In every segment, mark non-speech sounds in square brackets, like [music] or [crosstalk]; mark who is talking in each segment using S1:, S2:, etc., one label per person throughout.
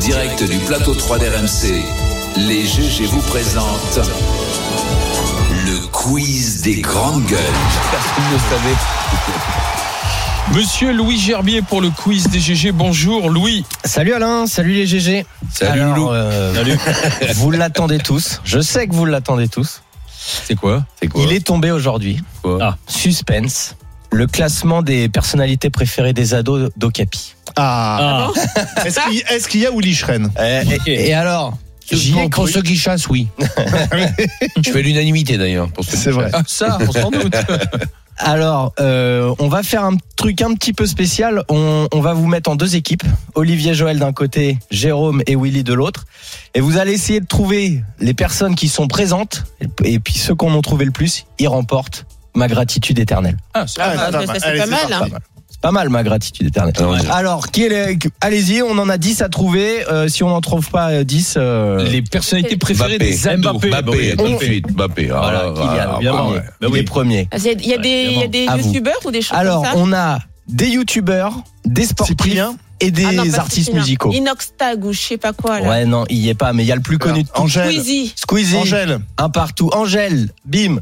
S1: direct du plateau 3 d'RMC, les GG vous présentent le quiz des grandes gueules.
S2: Personne ne savait. Monsieur Louis Gerbier pour le quiz des GG. Bonjour Louis.
S3: Salut Alain, salut les GG.
S1: Salut
S3: Alors,
S1: Lou.
S3: euh,
S2: Salut.
S3: [laughs] vous l'attendez tous. Je sais que vous l'attendez tous.
S2: C'est quoi C'est
S3: Il est tombé aujourd'hui.
S2: Quoi
S3: Ah. Suspense. Le classement des personnalités préférées des ados d'Ocapi.
S4: Ah. Est-ce qu'il est-ce qu'il y a Willy Schren
S3: Euh, et- Et, alors J'y ai
S5: Pour ceux qui chassent, oui. Je fais l'unanimité d'ailleurs. pour ceux qui
S4: C'est vrai.
S5: chassent.
S2: Ah, Ça, on s'en
S6: [laughs]
S2: doute.
S3: Alors, euh, on va faire un truc un petit peu spécial. On, on va vous mettre en deux équipes. Olivier Joël d'un côté, Jérôme et Willy de l'autre. Et vous allez essayer de trouver les personnes qui sont présentes. Et puis ceux qu'on a trouvé le plus, ils remportent ma gratitude éternelle.
S2: Ah, ça.
S4: Ah,
S7: bah, ça, c'est
S4: Allez,
S7: pas
S4: c'est
S7: mal,
S4: parti.
S7: hein.
S4: Pas mal.
S3: C'est pas mal ma gratitude éternelle.
S5: Alors, vas-y.
S3: Alors, qui est le- allez-y, on en a 10 à trouver. Euh, si on n'en trouve pas euh, 10, euh,
S2: Les personnalités préférées
S5: Mbappé.
S2: des ados.
S5: Mbappé,
S2: Mbappé. Bah
S5: tout de suite. Mbappé. Ah,
S3: voilà,
S5: ah,
S3: Kylian,
S5: ah,
S3: bien
S5: ah,
S3: premier.
S5: ouais.
S3: Il est premier.
S7: Ah, c'est- Il y a des, il y a des
S3: À vous.
S7: youtubeurs ou des choses
S3: Alors,
S7: comme ça
S3: on a des youtubeurs, des sportifs
S4: Cyprien
S3: et des
S7: Ah non, pas
S3: artistes
S7: Christina.
S3: musicaux.
S7: Inox Tag ou je sais pas quoi. Là.
S3: Ouais, non, il y est pas, mais il y a le plus connu de tous.
S4: Angèle.
S7: Squeezie,
S3: Squeezie,
S4: Angèle.
S3: un partout. Angèle, bim,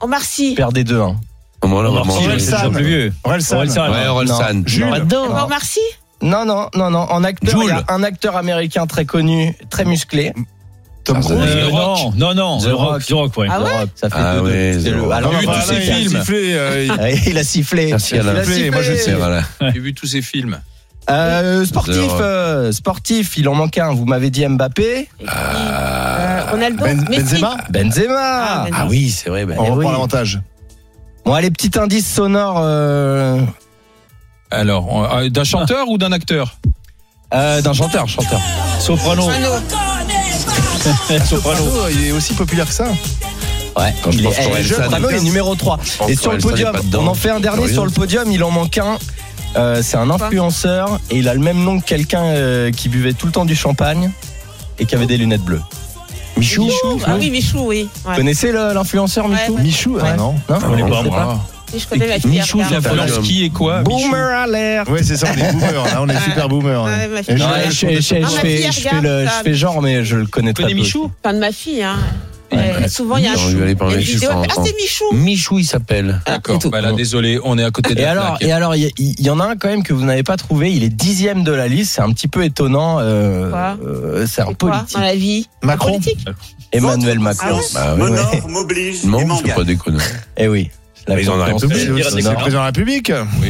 S7: Omar Sy,
S3: perdez deux. Hein.
S5: Comment là, maman
S4: Orelsan.
S5: Ouais,
S4: Orelsan. Orelsan.
S5: Orelsan.
S4: Jules.
S7: C'est pas Omar Sy
S3: Non, non, non, non. En acteur,
S5: Jul.
S3: il y a un acteur américain très connu, très musclé. Tom
S5: Ça, ça
S3: Cruise.
S5: dit-
S6: Euh,
S5: The
S6: non, non, non, The
S3: The
S6: Rock, bah,
S3: Rock.
S6: The Rock, ouais.
S7: Ah ouais
S3: Ça fait
S5: Ah
S3: deux, deux.
S5: ouais,
S3: C'est le-
S5: zéro.
S3: alors,
S2: J'ai vu
S3: voilà,
S2: tous ces
S3: il a Ah
S2: films.
S3: Il a sifflé.
S5: Merci,
S3: Il a
S5: Alain.
S3: sifflé.
S4: Moi, je
S5: C'est voilà.
S2: J'ai vu tous ces films.
S3: Euh, sportif,
S5: Zéro.
S3: euh, sportif, il en manque un. Vous m'avez dit Mbappé,
S7: Et puis, euh, On a le bon.
S4: Ben-
S7: Messi.
S4: Benzema
S3: Benzema. Eh
S7: Ah, Benzema. Ah
S3: oui, c'est vrai.
S4: On reprend l'avantage.
S3: Bon, allez, petit indice sonore. euh,
S2: Alors, on- euh,
S6: Ah.
S2: d'un chanteur ou d'un acteur
S3: euh, d'un chanteur, chanteur.
S6: Soprano. Soprano.
S4: Oh, il est aussi populaire que ça.
S3: Ouais,
S5: Quand je
S3: il
S5: pense
S3: est, eh,
S5: qu'Orelsan
S3: Jeux
S5: est
S3: Prano, il est
S5: dedans.
S3: numéro 3.
S5: Je pense
S3: Et sur le
S5: qu'Orelsan
S3: podium,
S5: est pas dedans.
S3: on en fait un dernier
S5: Curieux.
S3: sur le podium, il en manque un. Euh, c'est un influenceur et il a le même nom que quelqu'un euh, qui buvait tout le temps du champagne et qui avait des lunettes bleues. Michou, Ben-
S7: Ah oui, Michou, oui.
S3: Vous
S7: Ouais.
S3: connaissez le- l'influenceur Michou
S7: Ouais.
S4: Michou ah,
S3: Ouais.
S4: non
S3: Non,
S6: connais
S3: on
S6: pas,
S3: sait
S6: moi.
S3: pas.
S7: Je connais ma fille.
S2: Michou,
S7: regarde.
S2: il influence qui et quoi Michou.
S3: Boomer alert.
S4: Ouais, c'est ça, on est boomer. Là, on est super boomer.
S7: Ah. Ouais,
S4: hein.
S7: ma
S4: Et
S7: fille.
S4: je-
S3: Non, je, je- je- je
S7: Ah, ma fille,
S3: fais,
S7: elle
S3: je fais
S7: regarde
S3: le- je
S7: ça.
S3: fais genre, mais je le connais
S2: Vous
S3: très
S2: connaissez
S3: peu.
S2: Michou
S7: Enfin, de ma fille, hein.
S3: Ouais.
S7: Euh, Souvent, il y a un
S5: J'aurais
S7: chou.
S5: dû aller
S7: Il y
S5: parler
S7: a une
S5: avec
S7: vidéo.
S5: Michou,
S7: Ah,
S5: en-
S7: c'est Michou
S5: Michou, il s'appelle.
S2: D'accord.
S5: tout.
S2: Bah là, désolé, on est à côté de
S3: Et
S6: euh,
S2: la
S3: alors,
S2: plaque.
S3: et alors, il y, il y en a un quand même que vous n'avez pas trouvé. Il est dixième de la liste. C'est un petit peu étonnant. euh,
S7: Quoi
S3: euh, c'est un
S7: C'est quoi
S3: politique.
S7: dans la vie
S4: Macron.
S7: Politique
S3: Emmanuel Macron.
S5: Bah oui.
S8: Mon
S3: ouais.
S8: or m'oblige et
S5: Non, c'est
S8: m'engage.
S5: pas déconnant.
S3: Eh oui. La
S5: Ils en
S3: réponse,
S5: arrêtent
S4: C'est
S3: euh,
S4: le
S3: sonore.
S4: président de la République.
S5: C'est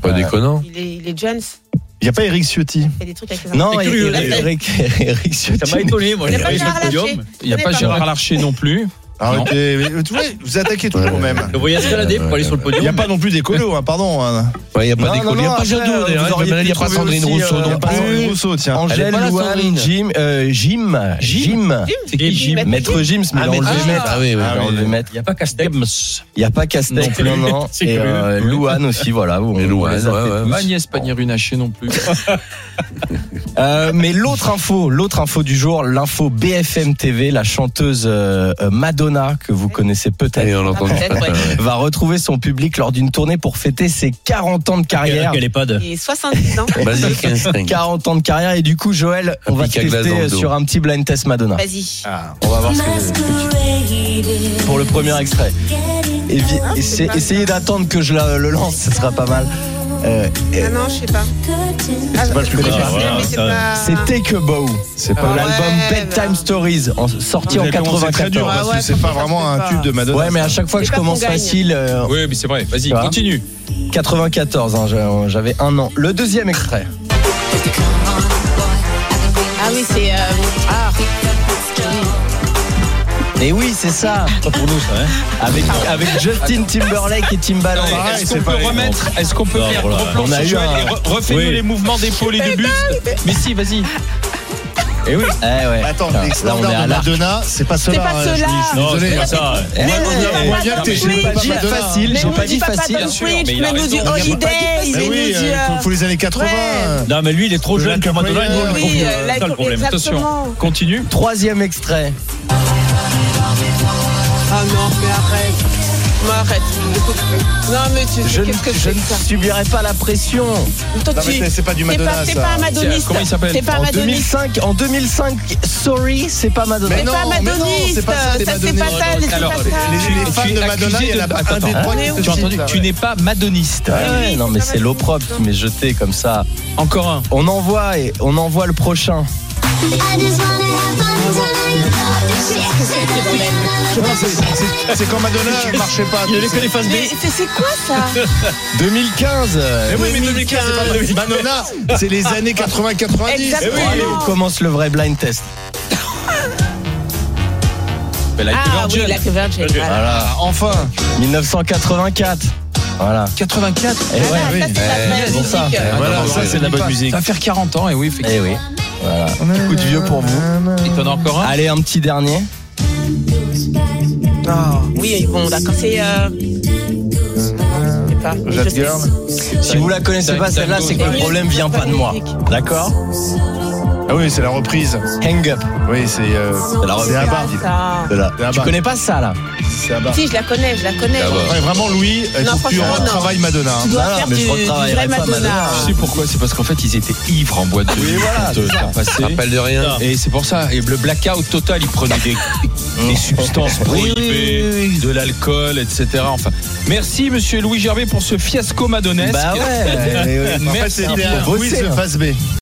S5: Pas
S3: Ouais.
S5: déconnant.
S7: Il est, il est Jones.
S4: Il n'y a pas Eric Ciotti.
S7: Il fait des trucs avec ses
S3: Non,
S6: C'est
S3: Eric,
S6: curieux, d'ailleurs.
S3: Eric, Eric Ciotti.
S6: étonné, moi.
S7: Il n'y a pas Gérard Larcher.
S2: Il n'y a
S7: Je
S2: pas
S7: connais
S2: Gérard Larcher non plus.
S4: Arrêtez. mais- tu vois, vous attaquez toujours
S5: Ouais.
S4: au même.
S6: [laughs] Le voyage escalader pour aller sur le
S4: Il n'y a
S6: podium.
S4: pas non plus d'écolo, hein, pardon. hein.
S5: Ouais, Il n'y a
S3: Non,
S5: pas
S3: non,
S5: d'école. Il n'y a
S3: non,
S5: pas
S3: après,
S5: Jadot
S3: Euh, vous
S5: d'ailleurs.
S3: auriez
S5: Il n'y
S3: pu
S5: a pas
S3: trouver
S5: Sandrine
S3: aussi, euh,
S5: Rousseau
S4: Il n'y a
S5: non
S4: pas
S3: Ah, oui.
S4: Sandrine Rousseau, tiens.
S5: Elle est
S3: Angèle,
S5: pas là,
S3: Louane,
S5: Sandrine.
S3: Jim, euh, Jim, Jim,
S2: C'est qui Jim
S7: Jim.
S3: Maître Jim, mais
S5: Ah,
S3: il a
S5: mais
S3: enlevé
S5: Jim.
S3: Maître.
S5: Ah oui,
S3: Il
S5: oui.
S3: a enlevé Maître.
S6: Il n'y a pas Castex.
S3: Il n'y a pas Castex, non, non.
S6: C'est
S3: Et
S6: curieux.
S3: euh, Louane aussi, voilà. on-
S5: Et
S3: on
S5: Louane,
S3: les a fait
S5: ouais, ouais.
S3: tous.
S2: Agnès Pannier-Runacher non [laughs] plus.
S3: Euh, mais l'autre info, l'autre info du jour, l'info BFM TV, la chanteuse euh, euh, Madonna, que vous connaissez
S5: Et
S3: peut-être,
S5: on l'a entendu.
S7: Ah, peut-être, ouais.
S3: va retrouver son public lors d'une tournée pour fêter ses 40 ans de carrière.
S6: Quel EHPAD
S7: Il est 70 ans.
S3: [laughs]
S5: Vas-y, 15
S3: 40 ans de carrière et du coup Joël on
S5: Un
S3: va te
S5: pic à glace dans
S3: tester euh,
S5: le dos.
S3: sur un petit blind test Madonna
S7: Vas-y.
S4: Ah,
S3: on va voir ce que- pour le premier extrait Évi-
S7: Ah,
S3: essa- essayez d'attendre que je la- euh, le lance ce sera pas mal Euh,
S7: Ah non, je sais pas. Ah,
S4: pas le plus
S7: je
S4: connu.
S7: sais,
S6: Ah,
S7: mais c'est
S6: ouais,
S7: pas-
S3: c'est Take a Bow
S4: C'est
S3: de
S4: pas
S3: l'album
S7: ouais,
S3: Bedtime
S7: bah.
S3: Stories en- sorti en
S4: Vous avez commencé très dur
S3: 94
S4: hein, parce
S7: Ah
S4: que
S7: ouais,
S4: c'est pas
S7: faut
S4: vraiment
S7: faire
S4: un tube de Madonna.
S3: ouais mais à chaque fois que je
S7: C'est pas
S3: commence
S7: qu'on gagne.
S3: facile euh,
S2: Oui, mais c'est vrai. Vas-y,
S3: Ça va
S2: continue.
S3: 94 hein, j'a- j'avais un an le deuxième extrait
S7: Ah oui, c'est. euh, Ah,
S3: et oui c'est ça
S6: Pas pour nous, ça, hein.
S3: avec, avec Justin Timberlake et Ah, Timbaland
S4: Pareil,
S2: Est-ce
S4: c'est
S2: qu'on
S4: pas
S2: peut
S4: les
S2: remettre Est-ce qu'on peut
S6: Non,
S2: faire
S6: voilà.
S2: replan
S3: On a
S2: sur
S3: eu
S2: Joël
S3: un-
S2: et re- Refais-nous
S6: Oui.
S2: les mouvements d'épaule et de buste. Mais si, vas-y.
S3: et oui eh ouais
S4: Attends,
S3: Putain, là on
S4: les
S3: est à
S4: standards de
S3: la
S4: Madonna, c'est pas cela.
S7: c'est pas
S4: hein,
S7: cela.
S6: Non,
S4: Désolé.
S6: c'est pas ça. ouais.
S3: Eh,
S7: Mais
S3: on
S7: non,
S3: y-
S4: voit bien que t'es
S3: J'ai pas dit
S4: Madonna.
S3: facile,
S7: Mais
S3: j'ai
S7: nous
S3: pas
S7: dis
S3: dit
S7: pas hein.
S3: facile.
S7: Papa
S2: sûr, mais
S7: Switch,
S2: il a
S7: mais nous
S2: raison.
S7: du
S2: On
S4: dit pas-
S7: Holidays,
S4: Mais
S7: et
S4: oui, euh,
S7: nous du.
S4: il faut, faut les années 80. hein.
S6: Non, mais lui, il est trop
S4: Le
S6: jeune pour
S4: Black
S6: Madonna. il
S4: Player.
S6: est
S7: Oui,
S6: trop
S7: euh,
S6: vieux.
S7: la-
S6: C'est ça le problème.
S7: exactement.
S2: Attention, continue.
S3: Troisième extrait.
S7: Ah non, mais arrête. Non, arrête. Écoute. Non, mais tu
S3: Je
S7: sais
S3: ne,
S7: qu'est-ce que
S3: je
S7: c'est
S3: ne
S7: que ça
S3: subirai pas la pression.
S7: Toi,
S4: Non, mais
S7: tu-
S4: c'est- c'est pas du
S7: t'es
S4: Madonna,
S7: pas- T'es
S4: ça.
S7: pas un madoniste.
S2: Comment il s'appelle
S7: T'es pas un
S3: En
S7: madoniste.
S3: 2005, en 2005, sorry, c'est pas Madonna.
S7: T'es pas un
S4: mais non,
S7: madoniste.
S4: c'est pas ça,
S7: Ça,
S4: les
S7: c'est pas
S4: madonistes.
S7: ça. c'est
S2: Alors,
S7: pas
S2: les-
S7: ça.
S4: Les, les
S2: Tu
S4: fans
S2: es
S4: de Madonna,
S2: accusé
S4: il y en a
S2: de-
S4: pas un
S2: Attends,
S4: des trois qui
S7: hein.
S4: se
S2: Tu as entendu
S4: titre,
S2: Tu n'es pas madoniste.
S3: Ah ouais,
S7: oui,
S3: non
S7: ça
S3: mais
S7: va,
S3: c'est
S7: ça
S3: l'opprobre
S7: va.
S3: qui m'est jeté comme ça.
S2: Encore un.
S3: On envoie et on envoie le prochain.
S4: Non, c'est- c'est- C'est quand Madonna marchait pas.
S6: Il y avait que les faces B.
S7: Mais c'est- c'est quoi ça
S3: 2015.
S4: Mais Eh oui, mais 2015, c'est pas Madonna. C'est les années 80-90.
S7: Exactement.
S3: Allez, on commence le vrai blind test.
S2: Ben, Like a
S7: Ah oui,
S2: Virgin.
S7: la Virgin. voilà.
S4: Voilà, enfin.
S3: 1984. Voilà.
S2: 84.
S3: Et ouais,
S7: Voilà, ça, c'est la vraie
S3: c'est pour
S7: musique.
S3: ça.
S7: Eh,
S4: Voilà, ça, c'est de la bonne musique.
S2: Ça va faire 40 ans, et oui,
S3: Eh
S2: effectivement.
S3: oui. Voilà. Un coup de vieux pour vous.
S2: Il t'en a encore un.
S3: Allez, un petit dernier.
S7: Oui, bon, d'accord. C'est. euh, Je sais pas. Je
S4: Jet
S7: sais.
S4: Girl.
S3: Si vous la connaissez pas, celle-là, c'est que le problème vient pas de moi. D'accord
S4: Ah oui, c'est la reprise.
S3: Hang up.
S4: Oui, c'est. euh,
S3: C'est la reprise.
S4: C'est Abba.
S7: Ah, ça.
S3: Voilà.
S4: C'est
S3: Tu
S4: Abba.
S3: connais pas ça là
S4: C'est Abba.
S7: Si, je la connais, je la connais.
S4: Ouais, vraiment, Louis, il
S7: Non,
S4: faut que tu
S7: franchement, non.
S4: retravailles Madonna. hein.
S7: Tu dois
S3: Ah bah. Non, non,
S7: faire
S3: mais
S7: du,
S3: je
S7: du vrai
S3: retravaillerai pas,
S7: Madonna.
S3: Madonna.
S2: Tu sais pourquoi C'est parce qu'en fait, ils étaient ivres en boîte de nuit quand, euh, ça passait.
S5: Rappel de rien.
S2: Et c'est pour ça. Et le blackout total, ils prenaient des, des substances prohibées, de l'alcool, etc. Enfin, merci, monsieur Louis Gervais, pour ce fiasco madonesque.
S3: Bah ouais.
S4: [laughs] En fait,
S2: Merci
S4: c'était un
S3: pour bosser,
S4: quiz de
S3: hein.
S4: face B.